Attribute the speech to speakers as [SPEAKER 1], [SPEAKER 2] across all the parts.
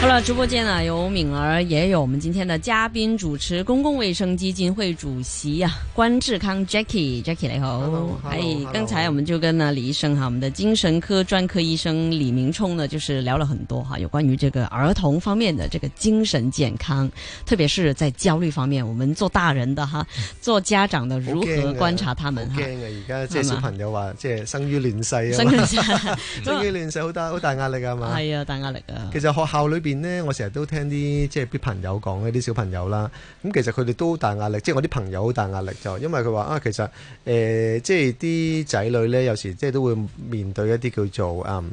[SPEAKER 1] 好了，直播間呢有敏兒，也有我們今天的嘉賓主持，公共衛生基金會主席啊，關志康 Jackie，Jackie 你好。哎，剛才我們就跟呢李醫生哈，我們的精神科專科醫生李明衝呢，就是聊了很多哈，有關於這個兒童方面的這個精神健康，特別是在焦慮方面，我們做大人的哈，做家長的如何觀察他們
[SPEAKER 2] 好
[SPEAKER 1] 哈。
[SPEAKER 2] 驚嘅，而家即係小朋友話，即係生於亂世啊
[SPEAKER 1] 生
[SPEAKER 2] 嘛，
[SPEAKER 1] 跟住
[SPEAKER 2] 生於亂世好大好大壓力啊嘛。
[SPEAKER 1] 係啊，大壓力啊。
[SPEAKER 2] 其實學校裏邊呢，我成日都聽啲即係啲朋友講呢啲小朋友啦。咁其實佢哋都好大壓力，即係我啲朋友好大壓力就，因為佢話啊，其實誒、呃即係啲仔女呢，有時即係都會面對一啲叫做嗯誒、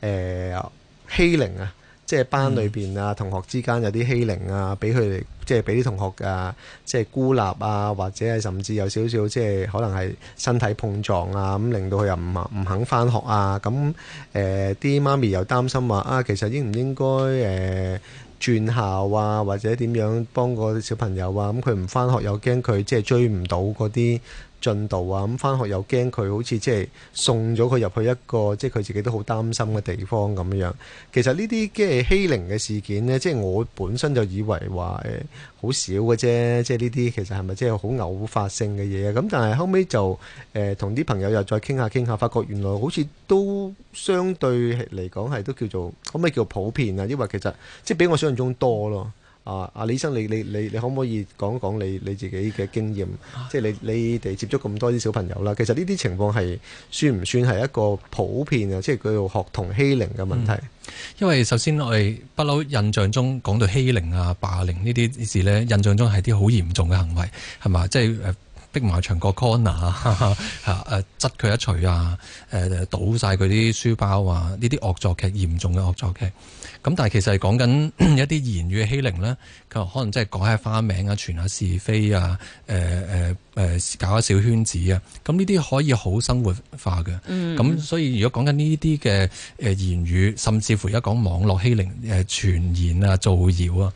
[SPEAKER 2] 呃欺凌啊，即係班裏邊啊，同學之間有啲欺凌啊，俾佢哋即係俾啲同學啊，即係孤立啊，或者係甚至有少少即係可能係身體碰撞啊，咁令到佢又唔唔肯返學啊，咁誒呃啲媽咪又擔心話啊，其實應唔應該誒？呃轉校啊，或者點樣幫個小朋友啊？咁佢唔返學又驚佢即係追唔到嗰啲進度啊！咁返學又驚佢好似即係送咗佢入去一個即係佢自己都好擔心嘅地方咁樣。其實呢啲即係欺凌嘅事件呢，即係我本身就以為話誒好少嘅啫，即係呢啲其實係咪即係好偶發性嘅嘢啊？咁但係後尾就誒同啲朋友又再傾下傾下，發覺原來好似都相對嚟講係都叫做可唔可以叫普遍啊？因為其實即係比我想象中多咯。啊，阿李醫生，你你你你可唔可以講講你你自己嘅經驗？即係你你哋接觸咁多啲小朋友啦，其實呢啲情況係算唔算係一個普遍啊？即係叫做學童欺凌嘅問題。
[SPEAKER 3] 因為首先我哋不嬲印象中講到欺凌啊、霸凌呢啲事呢，印象中係啲好嚴重嘅行為，係嘛？即係誒呃逼埋牆角 corner 啊，嚇誒執佢一錘啊，誒倒晒佢啲書包啊，呢啲惡作劇嚴重嘅惡作劇。咁但係其實係講緊 一啲言語嘅欺凌咧，佢可能即係講下花名啊、傳下是非啊、誒誒誒搞下小圈子啊。咁呢啲可以好生活化嘅。咁所以如果講緊呢啲嘅誒言語，甚至乎而家講網絡欺凌、誒傳言啊、造謠啊，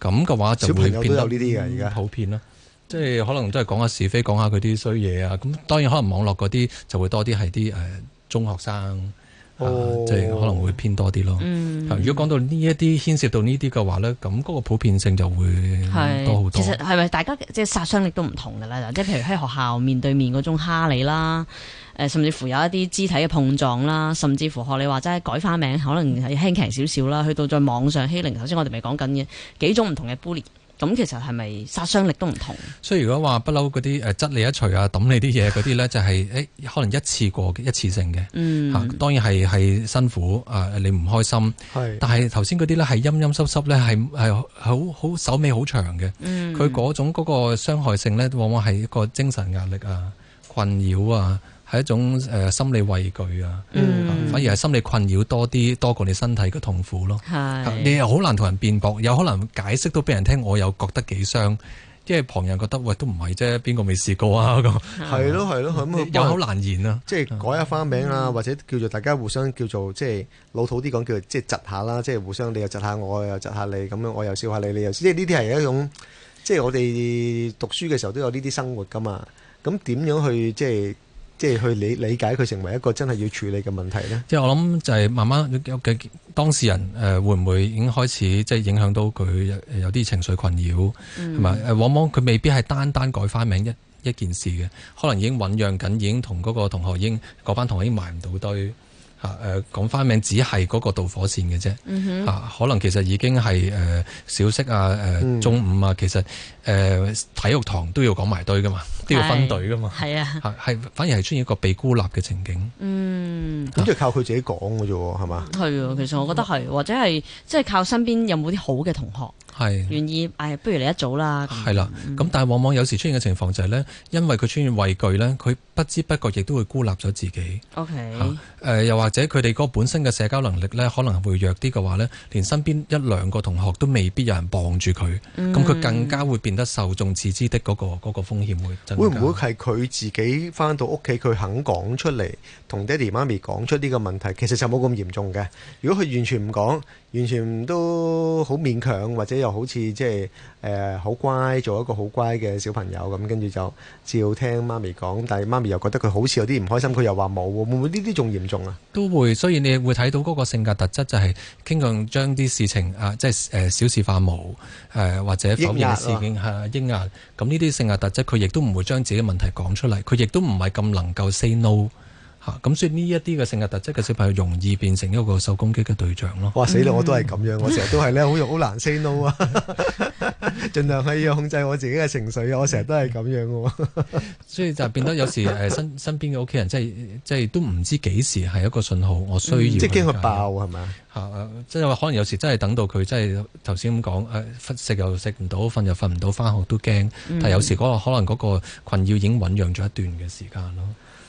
[SPEAKER 3] 咁嘅話就
[SPEAKER 2] 小
[SPEAKER 3] 會
[SPEAKER 2] 朋友都
[SPEAKER 3] 變得
[SPEAKER 2] 有呢啲嘅而家
[SPEAKER 3] 普遍啦。即係可能都係講下是非，講下佢啲衰嘢啊。咁當然可能網絡嗰啲就會多啲係啲誒中學生，啊
[SPEAKER 2] 哦
[SPEAKER 3] 即係可能會偏多啲咯。
[SPEAKER 1] 嗯
[SPEAKER 3] 啊如果講到呢一啲牽涉到呢啲嘅話咧，咁嗰個普遍性就會
[SPEAKER 1] 係
[SPEAKER 3] 嗯多好多
[SPEAKER 1] 其。實係咪大家嘅即係殺傷力都唔同㗎啦？即係譬如喺學校面對面嗰種蝦你啦，誒、甚至乎有一啲肢體嘅碰撞啦，甚至乎學你話齋改花名，可能係輕騎少少啦。去到在網上欺凌，頭先我哋咪講緊嘅幾種唔同嘅 bully，咁其實係咪殺傷力都唔同？
[SPEAKER 3] 所以如果話不嬲嗰啲誒執你一錘啊、抌你啲嘢嗰啲咧，就係、誒、可能一次過嘅一次性嘅嚇、
[SPEAKER 1] 嗯，
[SPEAKER 3] 啊當然係係辛苦啊，你唔開心。
[SPEAKER 2] 係
[SPEAKER 3] 但係頭先嗰啲咧係陰陰濕濕咧，係係好好手尾好長嘅。
[SPEAKER 1] 嗯
[SPEAKER 3] 佢嗰種嗰個傷害性咧，往往係一個精神壓力啊、困擾啊，係一種誒、呃心理畏懼啊，
[SPEAKER 1] 嗯
[SPEAKER 3] 反而係心理困擾多啲，多過你身體嘅痛苦咯。你
[SPEAKER 1] 係
[SPEAKER 3] 又好難同人辯駁，有可能解釋到俾人聽，我又覺得幾傷，因為旁人覺得喂都唔係啫，邊個未試過啊咁，
[SPEAKER 2] 係咯係咯，咁啊佢
[SPEAKER 3] 有
[SPEAKER 2] 幫
[SPEAKER 3] 口
[SPEAKER 2] 人
[SPEAKER 3] 難言啊。
[SPEAKER 2] 即係改下花名啊，或者叫做大家互相叫做即係老土啲講叫做即係窒下啦，即係互相你又窒下我，我又窒下你，咁樣我又笑下你，你又笑即係呢啲係一種即係我哋讀書嘅時候都有呢啲生活噶嘛。咁點樣去即係即係去理理解佢成為一個真係要處理嘅問題呢？
[SPEAKER 3] 即係我諗就係慢慢有嘅當事人誒、呃、會唔會已經開始即係影響到佢有有啲情緒困擾
[SPEAKER 1] 嗯
[SPEAKER 3] 係咪？誒往往佢未必係單單改花名一一件事嘅，可能已經醖釀緊，已經同嗰個同學已經嗰班同學已經埋唔到堆嚇誒講花名只係嗰個導火線嘅啫嚇，
[SPEAKER 1] 嗯
[SPEAKER 3] 可能其實已經係誒、呃小息啊誒、呃
[SPEAKER 2] 嗯
[SPEAKER 3] 中午啊，其實誒、呃、體育堂都要講埋堆噶嘛，都要分隊噶嘛。
[SPEAKER 1] 係啊，
[SPEAKER 3] 係係，反而係出現一個被孤立嘅情景。
[SPEAKER 1] 嗯。嗯。
[SPEAKER 2] 咁就靠佢自己講嘅啫喎，係嘛？
[SPEAKER 1] 係啊，其實我覺得
[SPEAKER 3] 嗯
[SPEAKER 1] 係，或者係即係靠身邊有冇啲好嘅同學
[SPEAKER 3] 係。
[SPEAKER 1] 願意，唉，不如你一早啦。咁
[SPEAKER 3] 嗯係啦，咁但係往往有時出現嘅情況就係呢，因為佢出現畏懼呢，佢不知不覺亦都會孤立咗自己。
[SPEAKER 1] OK，
[SPEAKER 3] 嚇誒、又或者佢哋嗰本身嘅社交能力呢，可能會弱啲嘅話呢，連身邊一兩個同學都未必有人傍住佢，咁佢、更加會變得受眾自知的嗰、個嗰、個風險會增加。
[SPEAKER 2] 會唔會係佢自己翻到屋企，佢肯講出嚟，同爹哋媽咪講出呢個問題，其實就冇咁嚴重嘅。如果佢完全唔講，完全都好勉強，或者又好似即係誒好乖，做一個好乖嘅小朋友咁，跟住就照聽媽咪講，但係媽咪又覺得佢好似有啲唔開心，佢又話冇喎，會唔會呢啲仲嚴重 啊？
[SPEAKER 3] 都會，所以你會睇到嗰個性格特質就係傾向將啲事情啊，即係誒、呃小事化無，誒、或者否認事件係抑壓。咁呢啲性格特質，佢亦都唔會將自己嘅問題講出嚟，佢亦都唔係咁能夠 say no 嚇、咁所以呢一啲嘅性格特質嘅小朋友，容易變成一個受攻擊嘅對象咯。
[SPEAKER 2] 哇死啦！我都係咁樣，我成日都係咧，好容好難 say no 啊，盡量係要控制我自己嘅情緒啊，我成日都係咁樣嘅喎。
[SPEAKER 3] 所以就變得有時誒身身邊嘅屋企人，即係即係都唔知幾時係一個信號，我需要
[SPEAKER 2] 嗯即係驚
[SPEAKER 3] 去
[SPEAKER 2] 佢爆係咪啊？
[SPEAKER 3] 嚇、啊即係話可能有時真係等到佢真係頭先咁講，誒、瞓食又食唔到，瞓又瞓唔到，翻學都驚。
[SPEAKER 1] 嗯
[SPEAKER 3] 但係有時嗰、個可能嗰個困擾已經醖釀咗一段嘅時間咯。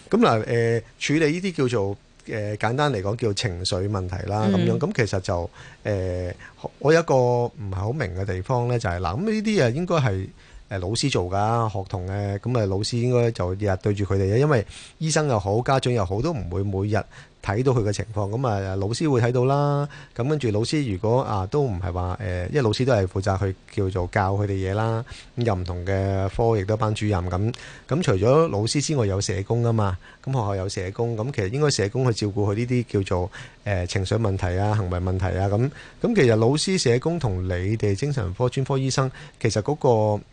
[SPEAKER 2] 咁嗱誒，處理呢啲叫做誒、呃、簡單嚟講叫情緒問題啦，咁、
[SPEAKER 1] 嗯
[SPEAKER 2] 樣咁其實就誒、呃我有一個唔係好明嘅地方咧，就係、嗱，咁呢啲啊應該係。誒老師做㗎，學童嘅咁啊，老師應該就日日對住佢哋嘅，因為醫生又好，家長又好，都唔會每日睇到佢嘅情況。咁啊，老師會睇到啦。咁跟住老師如果啊都唔係話誒，因為老師都係負責去叫做教佢哋嘢啦。咁有唔同嘅科，亦都有班主任咁。咁除咗老師之外，有社工啊嘛。咁學校有社工，咁其實應該社工去照顧佢呢啲叫做誒、呃情緒問題啊、行為問題啊咁。咁其實老師、社工同你哋精神科專科醫生，其實嗰、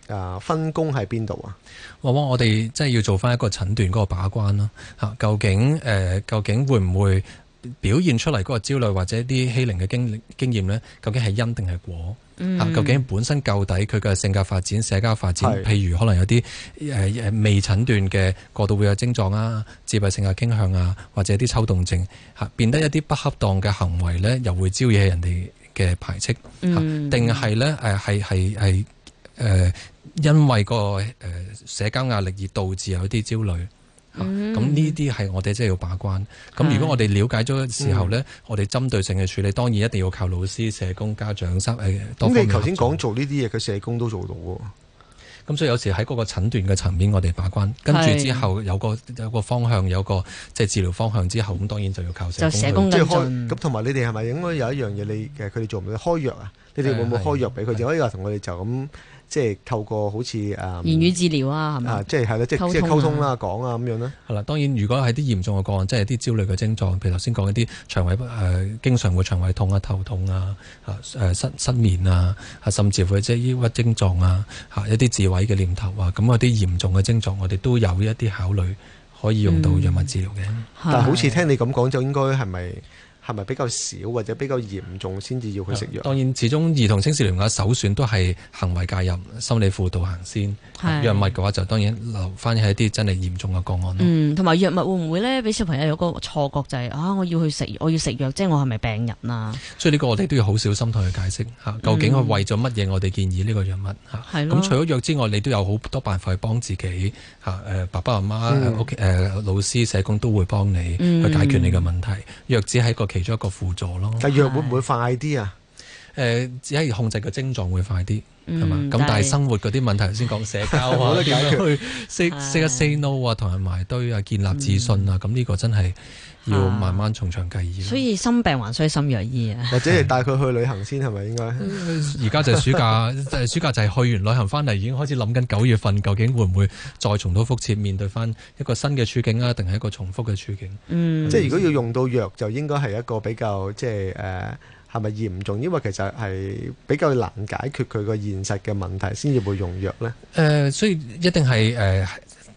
[SPEAKER 2] 個、啊分工喺邊度啊？
[SPEAKER 3] 往往我哋真係要做翻一個診斷嗰個把關啦。嚇、究竟誒、呃究竟會唔會表現出嚟嗰個焦慮或者啲欺凌嘅經歷經驗呢？究竟係因定係果？
[SPEAKER 1] 嗯
[SPEAKER 3] 嚇、啊究竟本身究底佢嘅性格發展、社交發展
[SPEAKER 2] 係，
[SPEAKER 3] 譬如可能有啲誒誒未診斷嘅過度活躍症狀啊、自閉性嘅傾向啊，或者啲抽動症嚇、變得一啲不恰當嘅行為呢，又會招惹人哋嘅排斥。
[SPEAKER 1] 嗯
[SPEAKER 3] 定係咧誒係係係誒，因為個誒社交壓力而導致有啲焦慮。嚇啊
[SPEAKER 1] 嗯
[SPEAKER 3] 咁呢啲係我哋真係要把關。咁如果我哋了解咗嘅時候
[SPEAKER 2] 嗯
[SPEAKER 3] 咧，我哋針對性嘅處理，當然一定要靠老師、社工、家長三誒多方
[SPEAKER 2] 咁
[SPEAKER 3] 面
[SPEAKER 2] 你頭先
[SPEAKER 3] 合作
[SPEAKER 2] 講做呢啲嘢，佢社工都做到喎。
[SPEAKER 3] 咁所以有時喺嗰個診斷嘅層面，我哋把關，跟住之後有個有個方向，有個即係治療方向之後，咁當然就要靠社工
[SPEAKER 1] 就社工
[SPEAKER 3] 去
[SPEAKER 2] 即
[SPEAKER 1] 跟進
[SPEAKER 2] 係開咁，同埋你哋係咪應該有一樣嘢你呃誒佢哋做唔到開藥啊？你哋會唔會
[SPEAKER 3] 誒係
[SPEAKER 2] 開藥俾佢哋？可以話同我哋就咁即係透過好似誒
[SPEAKER 3] 嗯
[SPEAKER 1] 言語治療啊，係
[SPEAKER 2] 啊，
[SPEAKER 1] 咪？
[SPEAKER 2] 即係係啦，即係即係
[SPEAKER 1] 溝通啊
[SPEAKER 2] 溝通啦、講啊咁樣啦。
[SPEAKER 3] 係啦。當然，如果係啲嚴重嘅個案，即係啲焦慮嘅症狀，譬如頭先講一啲腸胃誒、呃，經常會腸胃痛啊、頭痛啊、啊誒失失眠啊，啊甚至乎即係抑鬱症狀啊、嚇一啲自毀嘅念頭啊，咁嗰啲嚴重嘅症狀，我哋都有一啲考慮可以用到
[SPEAKER 1] 嗯
[SPEAKER 3] 藥物治療嘅。
[SPEAKER 2] 但係好似聽你咁講，就應該係咪係咪比較少或者比較嚴重先至要去食藥？
[SPEAKER 3] 嗯啊當然，始終兒童青少年嘅首選都係行為介入、心理輔導行先。
[SPEAKER 1] 係
[SPEAKER 3] 藥物嘅話就當然留翻喺一啲真係嚴重嘅個案咯。
[SPEAKER 1] 嗯，同埋藥物會唔會咧，俾小朋友有個錯覺就係、啊，我要去食，我要食藥，即係我係咪病人啊？
[SPEAKER 3] 所以呢個我哋都要好小心同佢解釋嚇，究竟佢為咗乜嘢我哋建議呢個藥物嚇。
[SPEAKER 1] 嗯係咯
[SPEAKER 3] 咁除咗藥之外，你都有好多辦法去幫自己嚇。誒爸爸媽媽、
[SPEAKER 2] 嗯
[SPEAKER 3] 誒屋企誒老師、社工都會幫你
[SPEAKER 1] 嗯
[SPEAKER 3] 去解決你嘅問題。藥只係一個其中一個輔助咯。
[SPEAKER 2] 但藥會唔會快啲啊？
[SPEAKER 3] 誒只係控制個症狀會快啲。係嘛？
[SPEAKER 1] 嗯，
[SPEAKER 3] 咁但係生活嗰啲問題，頭先講社交
[SPEAKER 2] 冇
[SPEAKER 3] 啊，
[SPEAKER 2] 得解
[SPEAKER 3] 點
[SPEAKER 2] 決
[SPEAKER 3] 樣去識識得 say no 啊，同人埋堆啊，建立自信啊，咁呢個真係要慢慢從長計議啦。
[SPEAKER 1] 嗯啊所以心病還需心藥醫啊。
[SPEAKER 2] 或者係帶佢去旅行先係咪應該？
[SPEAKER 3] 而家就係暑假， 就係暑假就係去完旅行翻嚟，已經開始諗緊九月份究竟會唔會再重蹈覆轍，面對翻一個新嘅處境啊，定係一個重複嘅處境？
[SPEAKER 1] 嗯，
[SPEAKER 2] 即係如果要用到藥，就應該係一個比較即係誒。呃係咪嚴重？因為其實係比較難
[SPEAKER 3] 呃
[SPEAKER 2] 解決佢個現實嘅問題，先至會用藥呢。
[SPEAKER 3] 誒、所以一定係誒、呃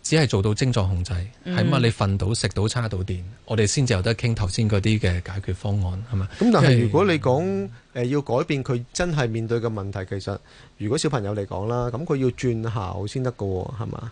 [SPEAKER 3] 只係做到症狀控制，係乜你瞓到、食到、叉到電，我哋先至有得傾頭先嗰啲嘅解決方案，係咪？
[SPEAKER 2] 咁但
[SPEAKER 3] 因
[SPEAKER 2] 係
[SPEAKER 3] 為
[SPEAKER 2] 如果你講誒要改變佢真係面對嘅問題，其實如果小朋友嚟講啦，咁佢要轉校先得嘅喎，係
[SPEAKER 3] 誒，
[SPEAKER 2] 嘛？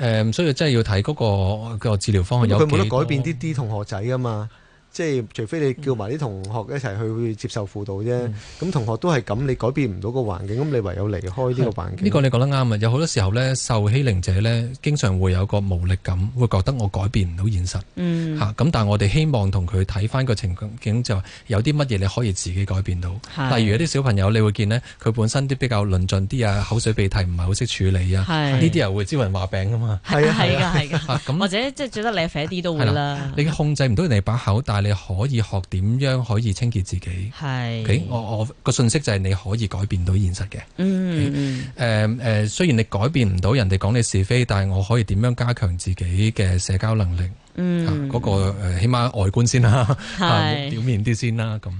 [SPEAKER 3] 呃所以真係要睇嗰、個、個治療方哦案有
[SPEAKER 2] 佢
[SPEAKER 3] 幾
[SPEAKER 2] 冇得改
[SPEAKER 3] 多
[SPEAKER 2] 變啲啲同學仔噶嘛。即係除非你叫埋啲同學一齊去接受輔導啫，
[SPEAKER 3] 嗯
[SPEAKER 2] 咁、同學都係咁，你改變唔到個環境，咁你唯有離開呢個環境。
[SPEAKER 3] 呢個你講得啱啊！有好多時候呢，受欺凌者呢，經常會有個無力感，會覺得我改變唔到現實。
[SPEAKER 1] 嗯，
[SPEAKER 3] 嚇咁、但係我哋希望同佢睇翻個情景，就係有啲乜嘢你可以自己改變到。
[SPEAKER 1] 係
[SPEAKER 3] 例如有啲小朋友，你會見呢，佢本身啲比較論盡啲啊，口水鼻涕唔係好識處理啊，
[SPEAKER 1] 係
[SPEAKER 3] 呢啲人會招人話病噶 嘛。
[SPEAKER 1] 係啊，係噶，係噶。
[SPEAKER 3] 嚇咁、
[SPEAKER 1] 或者即係最得你肥啲都會啦。
[SPEAKER 3] 嗯你控制唔到人哋把口，但係你可以學點樣可以清潔自己。
[SPEAKER 1] 係
[SPEAKER 3] OK，我我個信息就係你可以改變到現實嘅。
[SPEAKER 1] 嗯嗯
[SPEAKER 3] 誒誒、雖然你改變唔到人哋講你是非，但係我可以點樣加強自己嘅社交能力？啊
[SPEAKER 1] 嗯，
[SPEAKER 3] 嗰、個、呃起碼外觀先啦，啊
[SPEAKER 1] 係
[SPEAKER 3] 表面啲先啦，咁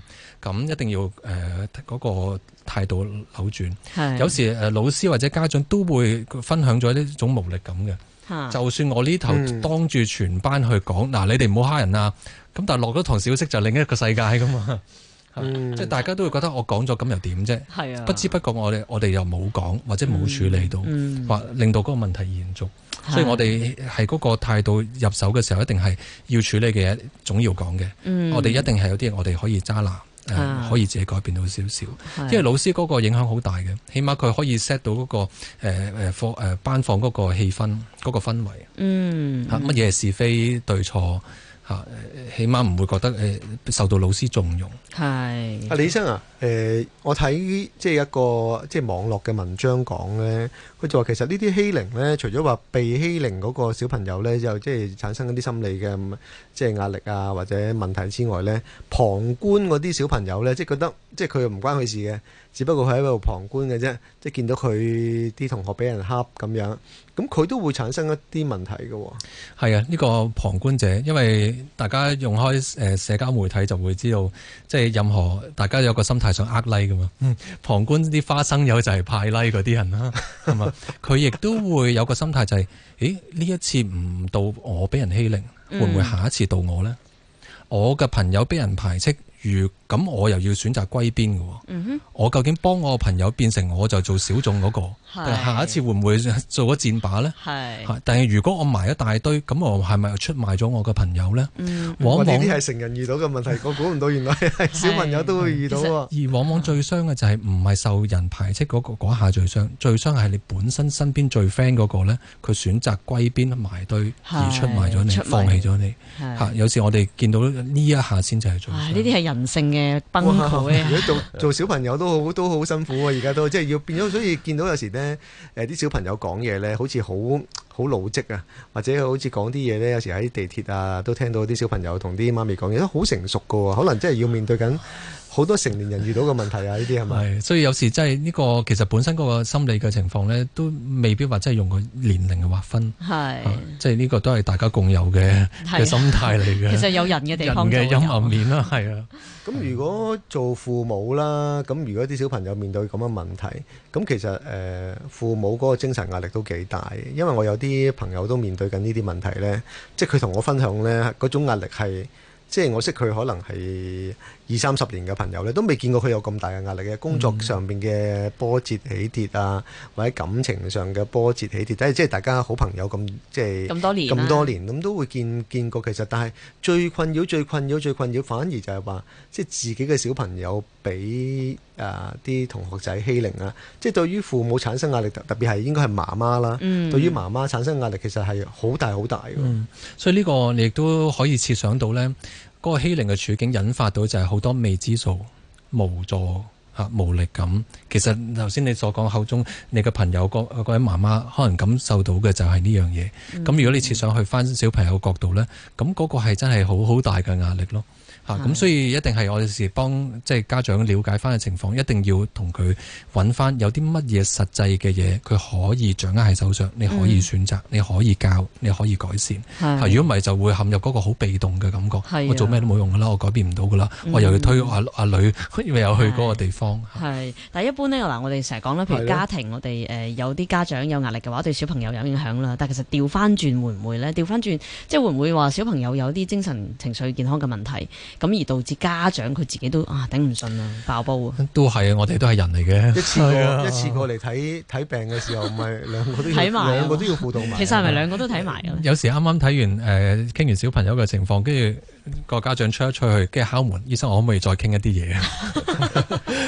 [SPEAKER 3] 咁一定要誒嗰、個態度扭轉。
[SPEAKER 1] 係
[SPEAKER 3] 有時誒、呃老師或者家長都會分享咗呢種無力感嘅。
[SPEAKER 1] 嚇
[SPEAKER 3] 就算我呢頭
[SPEAKER 2] 嗯
[SPEAKER 3] 當住全班去講，嗱、你哋唔好蝦人啊，咁但係落咗堂小息就另一個世界噶嘛，
[SPEAKER 2] 嗯
[SPEAKER 3] 即係大家都會覺得我講咗咁又點啫？
[SPEAKER 1] 係啊，
[SPEAKER 3] 不知不覺我哋我哋又冇講或者冇處理到，
[SPEAKER 1] 嗯
[SPEAKER 3] 或令到嗰個問題延續。所以我哋係嗰個態度入手嘅時候，一定係要處理嘅嘢總要講嘅。
[SPEAKER 1] 嗯
[SPEAKER 3] 我哋一定係有啲嘢我哋可以揸拿。誒、
[SPEAKER 1] 啊
[SPEAKER 3] 可以自己改變到少少，
[SPEAKER 1] 係
[SPEAKER 3] 因為老師嗰個影響好大嘅，起碼佢可以 set 到嗰、個誒誒課誒班房嗰個氣氛、嗰、個氛圍
[SPEAKER 1] 嗯
[SPEAKER 3] 嚇，乜嘢係是非對錯嚇、誒起碼唔會覺得誒、受到老師縱容。
[SPEAKER 1] 係
[SPEAKER 2] 啊，李醫生啊，誒、我睇即係一個即係網絡嘅文章講咧，佢就話其實呢啲欺凌咧，除咗話被欺凌嗰個小朋友咧，就即係產生一啲心理嘅嗯即係壓力啊或者問題之外咧，旁觀嗰啲小朋友咧，即係覺得即係佢又唔關佢事嘅，只不過佢喺度旁觀嘅啫，即係見到佢啲同學俾人恰咁樣，咁佢都會產生一啲問題嘅喎、
[SPEAKER 3] 係啊，呢、個旁觀者，因為大家用開誒社交媒體就會知道，即係任何大家有個心態想呃 like 噶嘛。旁觀啲花生友就係派 like 嗰啲人啦，係嘛？佢亦都會有個心態就係、咦呢一次唔到我俾人欺凌，會唔會下一次到我呢？我嘅朋友俾人排斥，如咁我又要選擇歸邊嘅喎。
[SPEAKER 1] 嗯
[SPEAKER 3] 我究竟幫我嘅朋友變成我就做小眾嗰、個，
[SPEAKER 1] 係
[SPEAKER 3] 但係下一次會唔會做咗戰靶呢？
[SPEAKER 1] 係
[SPEAKER 3] 嚇啊但係如果我埋一大堆，咁我係咪出賣咗我嘅朋友呢？
[SPEAKER 1] 嗯
[SPEAKER 3] 往
[SPEAKER 2] 哇呢
[SPEAKER 3] 往
[SPEAKER 2] 啲係成人遇到嘅問題，我估唔到原來係小朋友都會遇到
[SPEAKER 1] 其實
[SPEAKER 2] 喎。
[SPEAKER 3] 而往往最傷嘅就係唔係受人排斥嗰、個嗰下最傷，最傷係你本身身邊最 friend 嗰個呢，佢選擇歸邊埋堆而
[SPEAKER 1] 係
[SPEAKER 3] 出賣咗你
[SPEAKER 1] 出賣，
[SPEAKER 3] 放棄咗你。
[SPEAKER 1] 係
[SPEAKER 3] 嚇，有時我哋見到呢一下先就係最
[SPEAKER 1] 唉
[SPEAKER 3] 傷。
[SPEAKER 1] 呢啲係人性嘅崩
[SPEAKER 2] 哇
[SPEAKER 1] 潰啊
[SPEAKER 2] 如果做做小朋友都好都好辛苦啊！而家都即係要變咗，所以見到有時咧，誒、啲小朋友講嘢咧，好似好好老積啊，或者好似講啲嘢咧，有時喺地鐵啊都聽到啲小朋友同啲媽咪講嘢，都好成熟噶喎，可能真係要面對緊好多成年人遇到嘅問題啊！呢啲係咪？
[SPEAKER 3] 係，所以有時真係呢個其實本身嗰個心理嘅情況呢，都未必話真係用個年齡去劃分，
[SPEAKER 1] 係
[SPEAKER 3] 啊即係呢個都係大家共有嘅
[SPEAKER 1] 係啊
[SPEAKER 3] 嘅心態嚟嘅。
[SPEAKER 1] 其實有人嘅地
[SPEAKER 3] 人
[SPEAKER 1] 方就
[SPEAKER 3] 嘅
[SPEAKER 1] 會有
[SPEAKER 3] 陰暗面啦，係啊。
[SPEAKER 2] 咁如果做父母啦，咁如果啲小朋友面對咁嘅問題，咁其實誒、呃父母嗰個精神壓力都幾大嘅，因為我有啲朋友都面對緊呢啲問題呢，即係佢同我分享呢嗰種壓力係，即係我識佢可能係二三十年嘅朋友呢，都未見過佢有咁大嘅壓力嘅，工
[SPEAKER 1] 嗯
[SPEAKER 2] 作上面嘅波折起跌啊，或者感情上嘅波折起跌，即係即係大家好朋友咁即係
[SPEAKER 1] 咁多年啦
[SPEAKER 2] 咁多年咁都會見見過，其實但係最困擾、最困擾、最困擾，反而就係話即係自己嘅小朋友俾誒啲同學仔欺凌啊，即係對於父母產生壓力，特特別係應該係媽媽啦，
[SPEAKER 1] 嗯
[SPEAKER 2] 對於媽媽產生壓力其實係好大好大嘅。
[SPEAKER 3] 所以呢個你亦都可以設想到呢嗰、個欺凌嘅處境引發到就係好多未知數、無助、嚇無力感。其實頭先你所講口中，你嘅朋友嗰嗰位媽媽可能感受到嘅就係呢樣嘢。咁、如果你設想去翻小朋友角度呢，咁嗰個係真係好好大嘅壓力咯。嚇咁、
[SPEAKER 1] 係
[SPEAKER 3] 所以一定係我哋時幫即係家長了解翻嘅情況，一定要同佢揾翻有啲乜嘢實際嘅嘢，佢可以掌握喺手上，你可以選擇，你可以教，你可以改善。
[SPEAKER 1] 係
[SPEAKER 3] 啊係如果唔係就會陷入嗰個好被動嘅感覺。
[SPEAKER 1] 係啊嗯
[SPEAKER 3] 我做咩都冇用噶啦，我改變唔到噶啦，我又要推我阿阿女，因為又去嗰個地方。
[SPEAKER 1] 係，但係一般咧嗱，我哋成日講啦，譬
[SPEAKER 2] 係
[SPEAKER 1] 如
[SPEAKER 2] 咯
[SPEAKER 1] 家庭，我哋誒、呃有啲家長有壓力嘅話，對小朋友有影響啦。但係其實調翻轉會唔會咧？調翻轉即係會唔會話小朋友有啲精神情緒健康嘅問題，咁而導致家長佢自己都啊頂唔順啊，爆煲啊！
[SPEAKER 3] 都係啊，我哋都係人嚟嘅。
[SPEAKER 2] 一次過一次過嚟睇睇病嘅時候，唔係兩個都要
[SPEAKER 1] 睇埋啊
[SPEAKER 2] 兩個都要輔導埋。
[SPEAKER 1] 其實係咪兩個都睇埋嘅咧？
[SPEAKER 3] 有時啱啱睇完誒呃傾、完小朋友嘅情況，跟住個家長出一出去，跟住敲門，醫生我可唔可以再傾一啲嘢？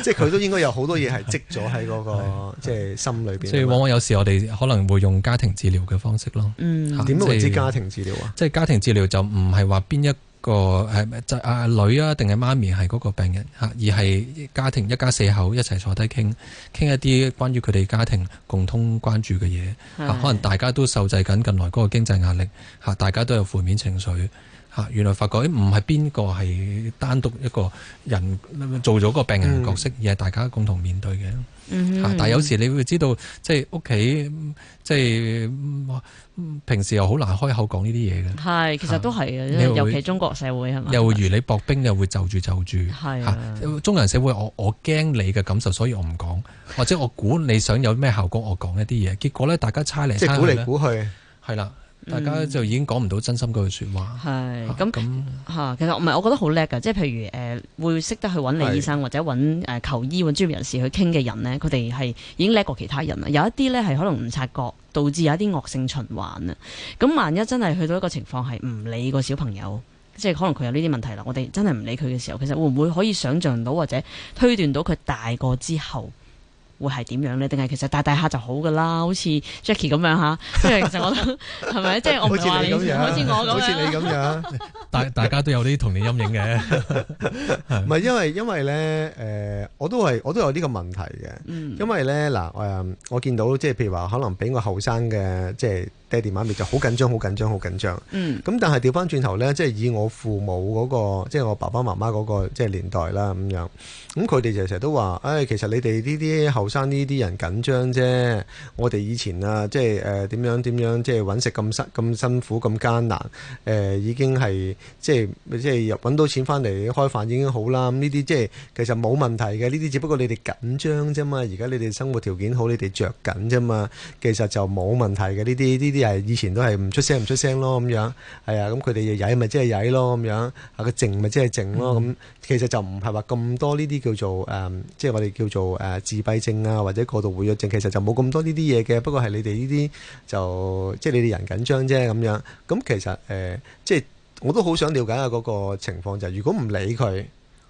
[SPEAKER 2] 即係佢都應該有好多嘢係積咗喺嗰個即係心裏
[SPEAKER 1] 嗯
[SPEAKER 2] 邊。
[SPEAKER 3] 所以往往有時我哋可能會用家庭治療嘅方式咯。
[SPEAKER 1] 嗯
[SPEAKER 3] 嚇
[SPEAKER 2] 點樣為之
[SPEAKER 3] 即係
[SPEAKER 2] 家庭治療啊？
[SPEAKER 3] 即係家庭治療就唔係話邊一個誒就阿女啊定係媽咪係嗰個病人嚇，而係家庭一家四口一齊坐低傾傾一啲關於佢哋家庭共通關注嘅嘢嚇
[SPEAKER 1] 係
[SPEAKER 3] 可能大家都受制緊近來嗰個經濟壓力嚇，大家都有負面情緒嚇，原來發覺誒唔係邊個係單獨一個人呃做咗個病人嘅角色，而係大家共同面對嘅。
[SPEAKER 1] 嗯
[SPEAKER 3] 嚇但係有時你會知道，即係屋企，嗯即係嗯嗯平時又好難開口講呢啲嘢嘅，
[SPEAKER 1] 係其實都係
[SPEAKER 3] 你
[SPEAKER 1] 嘅，
[SPEAKER 3] 又會
[SPEAKER 1] 尤其中國社會係嘛，
[SPEAKER 3] 又會如履薄冰，又會就住就住。
[SPEAKER 1] 係
[SPEAKER 3] 嚇
[SPEAKER 1] 啊，
[SPEAKER 3] 中國人社會，我我驚你嘅感受，所以我唔講，或者我估你想有咩效果，我講一啲嘢。結果咧，大家猜嚟
[SPEAKER 2] 即係
[SPEAKER 3] 猜
[SPEAKER 2] 估
[SPEAKER 3] 去
[SPEAKER 2] 嚟
[SPEAKER 3] 咧，
[SPEAKER 2] 估去，
[SPEAKER 3] 係啦，大家就已經講唔到真心嗰句説話。
[SPEAKER 2] 嗯
[SPEAKER 1] 係
[SPEAKER 2] 啊
[SPEAKER 3] 嚇
[SPEAKER 1] 咁。嚇，其實唔係，我覺得好叻㗎，即係譬如誒、呃，會識得去揾
[SPEAKER 2] 係
[SPEAKER 1] 李醫生或者揾誒、呃求醫揾專業人士去傾嘅人呢，佢哋係已經叻過其他人啦。有一啲呢係可能唔察覺，導致有一啲惡性循環啊。咁萬一真係去到一個情況係唔理個小朋友，即係可能佢有呢啲問題啦，我哋真係唔理佢嘅時候，其實會唔會可以想像到或者推斷到佢大個之後？會係點樣呢？定係其實大大下就好噶啦，好似 Jackie 咁樣嚇，即係其實我都係咪？即係我唔
[SPEAKER 2] 好似
[SPEAKER 1] 係話
[SPEAKER 2] 你
[SPEAKER 1] 你，
[SPEAKER 2] 咁樣，
[SPEAKER 1] 好似我
[SPEAKER 2] 好
[SPEAKER 1] 咁
[SPEAKER 2] 似
[SPEAKER 1] 樣啦。
[SPEAKER 2] 你咁樣。
[SPEAKER 3] 大大家都有呢啲童年陰影嘅，
[SPEAKER 2] 唔係因為因為咧誒、我都係我都有呢個問題嘅，
[SPEAKER 1] 嗯
[SPEAKER 2] 因為咧嗱誒，我見到即係譬如話，可能俾我後生嘅即係爹哋媽咪就好緊張，好緊張，好緊張。
[SPEAKER 1] 嗯
[SPEAKER 2] 咁但係調翻轉頭咧，即係以我父母嗰、個，即係我爸爸媽媽嗰個即係年代啦咁樣。咁佢哋就成日都話：，唉、其實你哋呢啲後生呢啲人緊張啫。我哋以前啊，即係誒點樣點樣，即係揾食咁辛咁辛苦咁艱難，誒、已經係即係即係入揾到錢翻嚟開飯已經好啦。咁呢啲即係其實冇問題嘅，呢啲只不過你哋緊張啫嘛。而家你哋生活條件好，你哋着緊啫嘛。其實就冇問題嘅，呢啲呢啲係以前都係唔出聲唔出聲咯咁樣。係啊，咁佢哋曳咪即係曳咯，咁樣啊佢靜咪即係靜咯，咁、其實就唔係話咁多呢啲叫做誒、嗯即係我哋叫做誒、呃自閉症啊，或者過度活躍症，其實就冇咁多呢啲嘢嘅。不過係你哋呢啲就即係你哋人緊張啫咁樣。咁其實誒、呃即係我都好想了解下嗰個情況就係、如果唔理佢。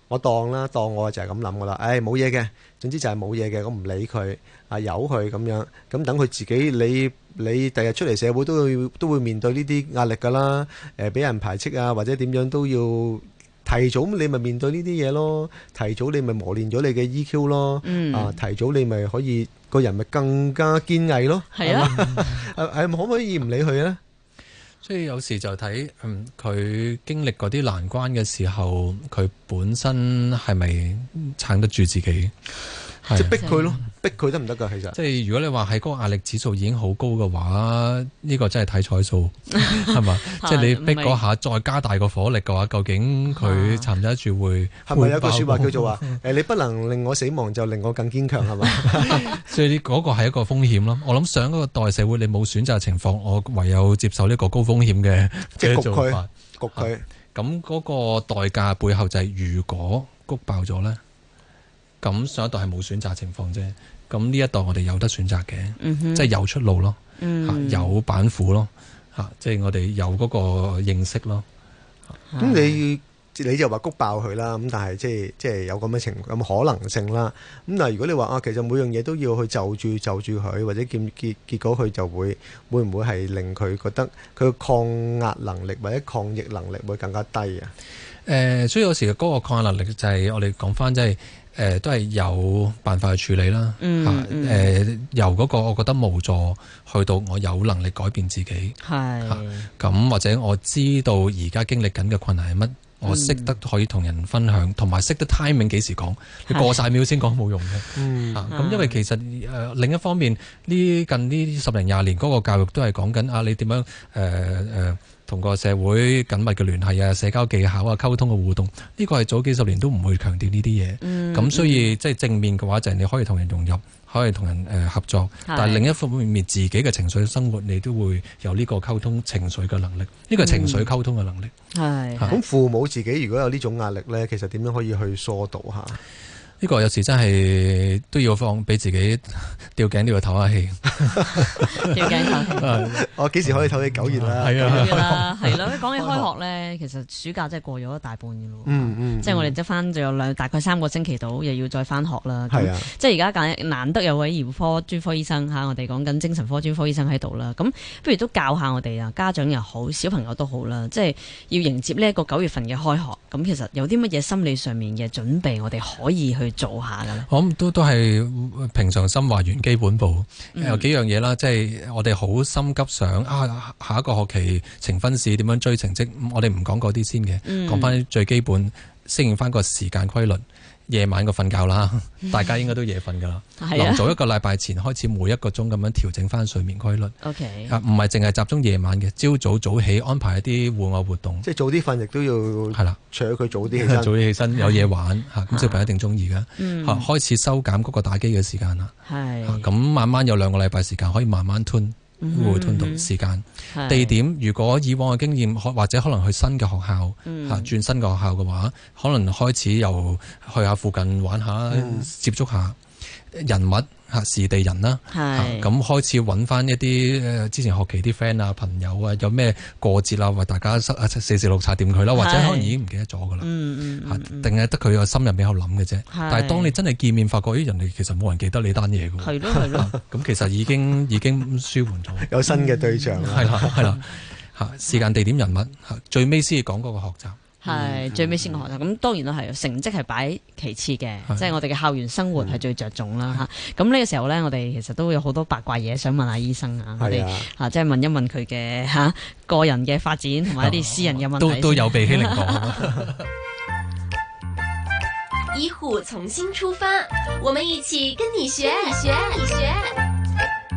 [SPEAKER 2] 我當啦，當我就係咁諗噶啦，唉冇嘢嘅，總之就係冇嘢嘅，我唔理佢，啊由佢咁樣，咁等佢自己，你你第日出嚟社會都會都會面對呢啲壓力噶啦，誒、俾人排斥啊，或者點樣都要提早，你咪面對呢啲嘢咯，提早你咪磨練咗你嘅 EQ 咯，
[SPEAKER 1] 嗯，
[SPEAKER 2] 啊提早你咪可以個人咪更加堅毅咯，
[SPEAKER 1] 係啊。
[SPEAKER 2] 誒誒可唔可以唔理佢咧？
[SPEAKER 3] 所以有時就睇嗯佢經歷嗰啲難關嘅時候，佢本身係咪撐得住自己？係
[SPEAKER 2] 即係逼佢咯，逼佢得唔得㗎？其實
[SPEAKER 3] 即係如果你話係嗰個壓力指數已經好高嘅話，呢、個真係睇彩數係嘛？即係你逼嗰下再加大個火力嘅話，究竟佢撐唔撐得住會
[SPEAKER 2] 係咪有一句
[SPEAKER 3] 會
[SPEAKER 2] 説話
[SPEAKER 3] 爆
[SPEAKER 2] 叫做話誒你不能令我死亡，就令我更堅強係嘛？
[SPEAKER 3] 所以呢嗰個係一個風險咯。我諗上嗰個代社會你冇選擇嘅情況，我唯有接受呢個高風險嘅
[SPEAKER 2] 即係
[SPEAKER 3] 嘅
[SPEAKER 2] 焗
[SPEAKER 3] 做法。
[SPEAKER 2] 焗佢。
[SPEAKER 3] 咁嗰個代價背後就係如果谷爆咗呢，咁上一代係冇選擇情況啫。咁呢一代我哋有得選擇嘅，
[SPEAKER 1] 嗯哼
[SPEAKER 3] 即係有出路咯。嚇
[SPEAKER 1] 嗯
[SPEAKER 3] 啊有板斧咯，嚇，即係我哋有嗰個認識咯。
[SPEAKER 2] 咁你你就話谷爆佢啦，咁但係即係即係有咁嘅情咁可能性啦。咁但係如果你話啊，其實每樣嘢都要去就住就住佢，或者結結結果佢就會會唔會係令佢覺得佢嘅抗壓能力或者抗逆能力會更加低啊？
[SPEAKER 3] 誒、所以有時嗰個抗壓能力就係我哋講翻，即係誒都係有辦法去處理啦。
[SPEAKER 1] 嗯
[SPEAKER 3] 嚇
[SPEAKER 1] 嗯
[SPEAKER 3] 誒由嗰個我覺得無助，去到我有能力改變自己，
[SPEAKER 1] 係
[SPEAKER 3] 咁或者我知道而家經歷緊嘅困難係乜。我識得可以同人分享，同埋識得 timing 幾時講，你過晒秒先講冇用嘅。
[SPEAKER 2] 嗯，
[SPEAKER 3] 啊，咁因為其實誒、呃另一方面，呢近呢十零廿年嗰個教育都係講緊啊，你點樣誒誒同個社會緊密嘅聯繫啊、社交技巧啊、溝通嘅互動，呢個係早幾十年都唔會強調呢啲嘢。
[SPEAKER 1] 嗯
[SPEAKER 3] 咁所以即係正面嘅話，就係你可以同人融入，可以同人誒合作，但係另一方面自己嘅情緒生活，你都會有呢個溝通情緒嘅能力，呢個係情緒溝通嘅能力。
[SPEAKER 1] 係
[SPEAKER 3] 嚇
[SPEAKER 2] 咁父母自己如果有呢種壓力咧，其實點樣可以去疏導下？
[SPEAKER 3] 呢個有時真係都要放俾自己吊啊頸，都要唞下氣。
[SPEAKER 1] 吊頸頭。
[SPEAKER 2] 我幾時可以唞起九月啦？
[SPEAKER 3] 係啊，
[SPEAKER 1] 係啦，係啦。講起開學咧，其實暑假真係過咗一大半嘅咯。
[SPEAKER 2] 嗯嗯，
[SPEAKER 1] 即係我哋即翻咗有兩大概三個星期到，又要再翻學啦。咁
[SPEAKER 2] 係啊，
[SPEAKER 1] 即係而家簡難得有位兒科專科醫生嚇，我哋講緊精神科專科醫生喺度啦。咁不如都教下我哋啊，家長又好，小朋友都好啦，即係要迎接呢一個九月份嘅開學。咁其實有啲乜嘢心理上面嘅準備，我哋可以去做下嘅咧？
[SPEAKER 3] 我諗都都係平常心還原基本步。有幾樣嘢啦，即係我哋好心急想啊，下一個學期呈分試點樣追成績，嗯我哋唔講嗰啲先嘅，講翻最基本，適應翻個時間規律。夜晚個瞓覺啦，大家應該都夜瞓㗎啦。
[SPEAKER 1] 係
[SPEAKER 3] 臨
[SPEAKER 1] 啊
[SPEAKER 3] 早一個禮拜前開始，每一個鐘咁樣調整翻睡眠規律。
[SPEAKER 1] ，OK，
[SPEAKER 3] 啊，唔係淨係集中夜晚嘅，朝早早起安排一啲戶外活動。
[SPEAKER 2] 即係早啲瞓，亦都要
[SPEAKER 3] 係啦，
[SPEAKER 2] 扯佢 早啲起
[SPEAKER 3] 早
[SPEAKER 2] 身。
[SPEAKER 3] 啲起身有嘢 玩嚇，咁小朋友一定中意嘅。
[SPEAKER 1] 嗯
[SPEAKER 3] 嚇，，開始收減嗰個打機嘅時間啦。嚇
[SPEAKER 1] 係
[SPEAKER 3] 咁慢慢有兩個禮拜時間可以慢慢吞，
[SPEAKER 1] 嗯
[SPEAKER 3] 會吞到時間。
[SPEAKER 1] 係
[SPEAKER 3] 地點如果以往嘅經驗，可或者可能去新嘅學校
[SPEAKER 1] 嗯
[SPEAKER 3] 嚇，轉新嘅學校嘅話，可能開始又去下附近玩下，
[SPEAKER 1] 嗯
[SPEAKER 3] 接觸下人物嚇時地人啦。啊
[SPEAKER 1] 係
[SPEAKER 3] 咁開始揾翻一啲誒之前學期啲 friend 啊、朋友啊，有咩過節啊，為大家塞啊四四六拆掂佢啦，或者
[SPEAKER 1] 係
[SPEAKER 3] 可能已經唔記得咗噶啦，
[SPEAKER 1] 嗯嗯
[SPEAKER 3] 嚇
[SPEAKER 1] 嗯嗯，
[SPEAKER 3] 定係得佢個心入面喺度諗嘅啫。但係當你
[SPEAKER 1] 係
[SPEAKER 3] 真係見面，發覺咦人哋其實冇人記得你單嘢嘅喎，
[SPEAKER 1] 係咯係咯。
[SPEAKER 3] 啊咁其實已 經已經舒緩咗，
[SPEAKER 2] 有新嘅對象啊啦，
[SPEAKER 3] 係啦係啦嚇時間、地點、人物嚇，最尾先至講嗰個學習。
[SPEAKER 1] 係最尾先講學習，咁當然啦，係成績係擺其次嘅，
[SPEAKER 3] 係
[SPEAKER 1] 即係我哋嘅校園生活係最着重啦嚇。咁呢個時候呢，我哋其實都有好多八卦嘢想問下醫生啊，我
[SPEAKER 2] 係
[SPEAKER 1] 哋
[SPEAKER 2] 啊，
[SPEAKER 1] 嚇即係問一問佢嘅嚇個人嘅發展同埋一啲私人嘅問題
[SPEAKER 3] 都
[SPEAKER 1] 先。
[SPEAKER 3] 都有被欺凌過。
[SPEAKER 4] 医护从新出发，我们一起跟你学，你学，你学。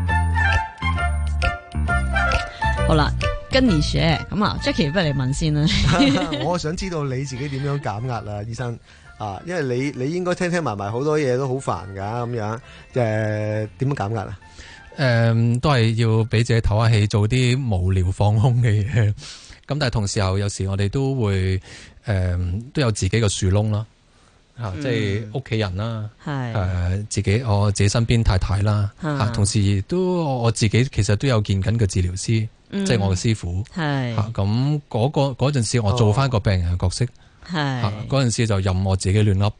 [SPEAKER 1] 好啦，跟你學咁啊，Jackie 不如你問先啦。
[SPEAKER 2] 我想知道你自己點樣減壓啦，醫生啊，因為你你應該聽聽埋埋好多嘢都好煩㗎咁樣，誒點樣減壓啊？
[SPEAKER 3] 誒、呃都係要俾自己唞下氣，做啲無聊放空嘅嘢。咁但係同時候，有時我哋都會誒、都有自己嘅樹窿啦，嚇、即係屋企人啦，誒、
[SPEAKER 1] 嗯係
[SPEAKER 3] 自己我自己身邊太太啦，嚇、
[SPEAKER 1] 啊
[SPEAKER 3] 同時都我我自己其實都有見緊嘅治療師，
[SPEAKER 1] 嗯
[SPEAKER 3] 即係我嘅師傅嚇。
[SPEAKER 1] 係哦
[SPEAKER 3] 咁嗰、個嗰陣時，我做翻個病人嘅角色嚇，
[SPEAKER 1] 係
[SPEAKER 3] 嗰陣、時就任我自己亂噏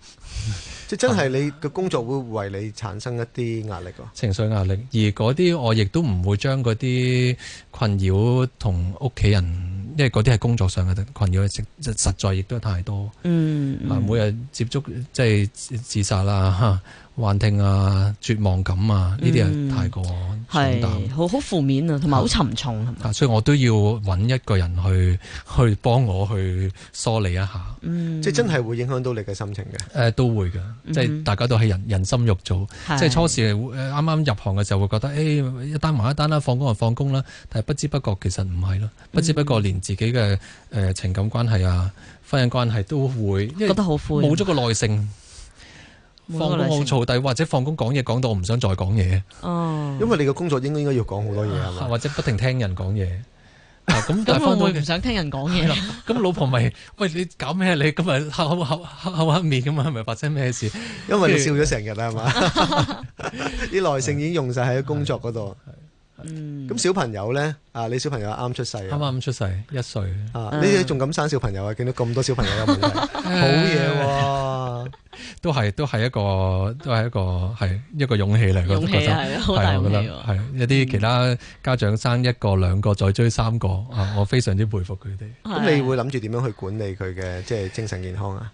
[SPEAKER 2] 即係真係你嘅工作會為你產生一啲壓力喎。
[SPEAKER 3] 情緒壓力，而嗰啲我亦都唔會將嗰啲困擾同屋企人，因為嗰啲係工作上嘅困擾，實實在亦都太多。
[SPEAKER 1] 嗯
[SPEAKER 3] 啊、每日接觸即係自自殺啊、幻聽啊、絕望感啊，呢啲
[SPEAKER 1] 嗯
[SPEAKER 3] 係太過重
[SPEAKER 1] 係
[SPEAKER 3] 擔。
[SPEAKER 1] 好好負面啊，同埋好沉重係咪？
[SPEAKER 3] 啊，所以我都要揾一個人去 去幫我去梳理一下。
[SPEAKER 1] 嗯，
[SPEAKER 2] 即係真係會影響到你嘅心情嘅。
[SPEAKER 3] 誒、都會嘅，即係大家都係人人心肉做。即係初時誒啱啱入行嘅時候會覺得，誒、一單埋一單啦，放工就放工啦。但係不知不覺其實唔係咯，不知不
[SPEAKER 1] 嗯
[SPEAKER 3] 覺連自己嘅誒、呃情感關係啊、婚姻關係都會，因為
[SPEAKER 1] 覺得好灰，啊
[SPEAKER 3] 冇咗個耐性，
[SPEAKER 1] 冇咗
[SPEAKER 3] 放工
[SPEAKER 1] 個耐
[SPEAKER 3] 好
[SPEAKER 1] 性
[SPEAKER 3] 燥底，或者放工講嘢講到我唔想再講嘢，啊
[SPEAKER 1] 哦。
[SPEAKER 2] 因為你嘅工作應該應該要講好多嘢係嘛？
[SPEAKER 3] 或者不停聽人講 嘢。啊咁但係翻
[SPEAKER 1] 咁會
[SPEAKER 3] 到
[SPEAKER 1] 唔會
[SPEAKER 3] 屋
[SPEAKER 1] 唔
[SPEAKER 3] 企
[SPEAKER 1] 想聽人講嘢咯？
[SPEAKER 3] 咁老婆咪喂你搞咩啊你今日黑口口口黑面咁啊，係咪發生咩事？
[SPEAKER 2] 因為你笑咗成日啦係嘛？啲耐性已經用晒喺工作嗰度。
[SPEAKER 1] 嗯，
[SPEAKER 2] 咁小朋友咧啊，你小朋友啱出世
[SPEAKER 3] 啱
[SPEAKER 2] 啊。
[SPEAKER 3] 啱出世一歲。
[SPEAKER 2] 啊！呢啲仲敢生小朋友啊？見到咁多小朋友有問題，好嘢喎！
[SPEAKER 3] 都係都係一個都係一個係一個勇氣嚟，
[SPEAKER 1] 勇氣啊
[SPEAKER 3] 覺得
[SPEAKER 1] 係好大
[SPEAKER 3] 係我覺
[SPEAKER 1] 勇氣
[SPEAKER 3] 得
[SPEAKER 1] 喎。嗯
[SPEAKER 3] 係一啲其他家長生一個兩個再追三個 啊，我非常之佩服佢哋。
[SPEAKER 2] 啊
[SPEAKER 1] 啊
[SPEAKER 2] 咁你會諗住點樣去管理佢嘅即係精神健康啊？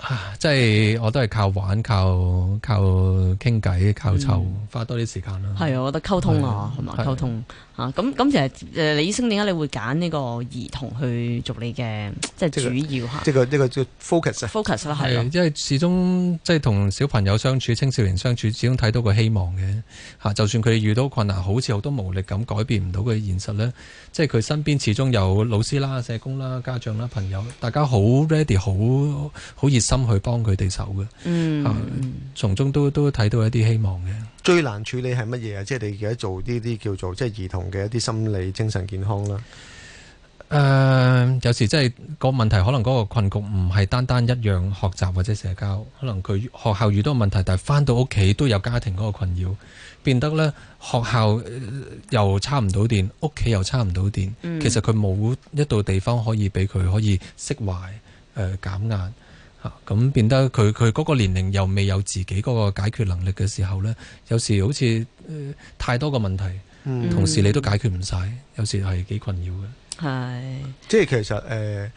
[SPEAKER 3] 啊即係我都係靠玩、靠
[SPEAKER 1] 嗯
[SPEAKER 3] 靠傾偈、靠湊，花多啲時間啦。
[SPEAKER 1] 係啊，我覺得溝通啊，係嘛
[SPEAKER 3] 係
[SPEAKER 1] 溝通啊，咁咁其實誒李醫生點解你會揀呢個兒童去做你嘅即係
[SPEAKER 2] 即係
[SPEAKER 1] 主要嚇
[SPEAKER 2] 即係個呢個叫 focus 啊。
[SPEAKER 1] focus 啦，係
[SPEAKER 3] 係
[SPEAKER 1] 咯，
[SPEAKER 3] 因為始終即係同小朋友相處、青少年相處，始終睇到個希望嘅嚇。就算佢哋遇到困難，好似好多無力咁，改變唔到嘅現實咧，即係佢身邊始終有老師啦、社工啦、家長啦、朋友，大家好 ready、好好熱心去幫佢哋手嘅，
[SPEAKER 1] 嗯
[SPEAKER 3] 啊
[SPEAKER 1] 嗯
[SPEAKER 3] 從中都都睇到一啲希望嘅。
[SPEAKER 2] 最難處理係乜嘢啊？即係你而家做呢啲叫做即係兒童嘅一啲心理精神健康啦。
[SPEAKER 3] 誒、有時真係個問題，可能嗰個困局唔係單單一樣學習或者社交，可能佢學校遇到嘅問題，但係翻到屋企都有家庭嗰個困擾，變得呢學校呃又差唔到電，屋企又差唔到電，
[SPEAKER 1] 嗯
[SPEAKER 3] 其實佢冇一度地方可以俾佢可以釋懷、誒、減壓嚇，咁、變得佢佢嗰個年齡又未有自己嗰個解決能力嘅時候呢，有時好似、呃太多個問題，
[SPEAKER 2] 嗯
[SPEAKER 3] 同時你都解決唔晒，有時係幾困擾嘅。
[SPEAKER 1] 係
[SPEAKER 2] 即係其實誒，呃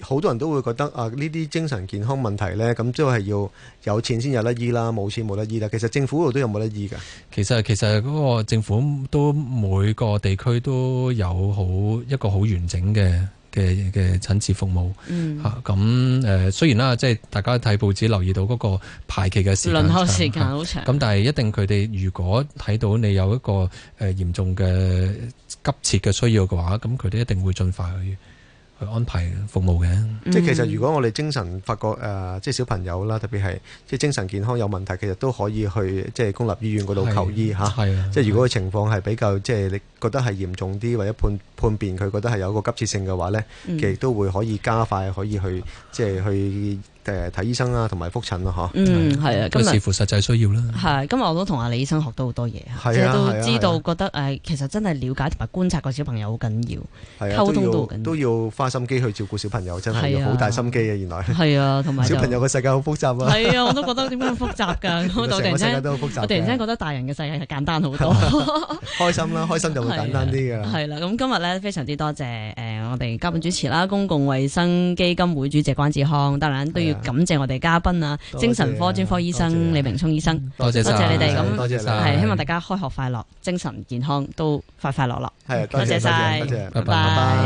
[SPEAKER 2] 好、多人都會覺得啊，呢啲精神健康問題呢，咁都係要有錢先有得醫啦，冇錢冇得醫啦。其實政府嗰度都有冇得醫㗎？
[SPEAKER 3] 其實其實嗰個政府都每個地區都有好一個好完整嘅嘅嘅診治服務
[SPEAKER 1] 嗯
[SPEAKER 3] 嚇。咁誒、呃雖然啦，即係大家睇報紙留意到嗰個排期嘅時間
[SPEAKER 1] 輪候
[SPEAKER 3] 長
[SPEAKER 1] 時間
[SPEAKER 3] 嚇
[SPEAKER 1] 好長，
[SPEAKER 3] 咁但係一定佢哋如果睇到你有一個誒、呃、嚴重嘅急切嘅需要嘅話，咁佢哋一定會盡快去去安排服務嘅。
[SPEAKER 2] 即係其實如果我哋精神發覺誒、呃即係小朋友啦，特別係即係精神健康有問題，其實都可以去即係公立醫院嗰度求醫嚇。
[SPEAKER 3] 係啊，
[SPEAKER 2] 即係如果個情況係比較即係你覺得係嚴重啲，或者判判別佢覺得係有一個急切性嘅話呢，
[SPEAKER 1] 嗯
[SPEAKER 2] 其實都會可以加快可以去即係去誒睇醫生啊，同埋覆診咯，嚇。
[SPEAKER 1] 嗯係啊，今
[SPEAKER 3] 咁
[SPEAKER 1] 日
[SPEAKER 3] 視。乎實際需要啦。
[SPEAKER 1] 係，今日我都同阿李醫生學到好多嘢啊，即
[SPEAKER 2] 係
[SPEAKER 1] 係
[SPEAKER 2] 啊
[SPEAKER 1] 都
[SPEAKER 2] 係啊
[SPEAKER 1] 知道
[SPEAKER 2] 係啊
[SPEAKER 1] 覺得誒，其實真係了解同埋觀察個小朋友好緊
[SPEAKER 2] 係啊，
[SPEAKER 1] 溝通都
[SPEAKER 2] 都
[SPEAKER 1] 好緊
[SPEAKER 2] 要
[SPEAKER 1] 要
[SPEAKER 2] 都要花心機去照顧小朋友，真係
[SPEAKER 1] 係啊
[SPEAKER 2] 要好大心機嘅。原來
[SPEAKER 1] 要， 係啊，同埋就
[SPEAKER 2] 小朋友個世界好複雜啊，
[SPEAKER 1] 係啊，我都覺得點解咁複雜㗎？ 咁我就突
[SPEAKER 2] 成
[SPEAKER 1] 然
[SPEAKER 2] 個世界
[SPEAKER 1] 間，
[SPEAKER 2] 都好複雜嘅。
[SPEAKER 1] 我突然間覺得大人嘅世界係簡單好多。
[SPEAKER 2] 開心啦，開心就會簡單啲㗎啦。
[SPEAKER 1] 啊係啦，咁今日咧非常之多謝誒、呃我哋嘉賓主持啦，公共衛生基金會主席關志康，當然都要
[SPEAKER 2] 係啊
[SPEAKER 1] 感謝我哋嘉賓啊，
[SPEAKER 2] 多謝啊
[SPEAKER 1] 精神科專科醫
[SPEAKER 2] 多謝
[SPEAKER 1] 生
[SPEAKER 2] 啊
[SPEAKER 1] 李明聰醫生，
[SPEAKER 3] 多謝
[SPEAKER 1] 多
[SPEAKER 3] 晒
[SPEAKER 1] 謝你哋咁
[SPEAKER 2] 多謝
[SPEAKER 3] 係
[SPEAKER 2] 晒
[SPEAKER 1] 係希望大家開學快樂，精神健康都快快樂樂。
[SPEAKER 2] 係啊，
[SPEAKER 1] 多謝
[SPEAKER 2] 多謝
[SPEAKER 1] 晒
[SPEAKER 2] 多謝，
[SPEAKER 3] 拜拜
[SPEAKER 2] 拜拜。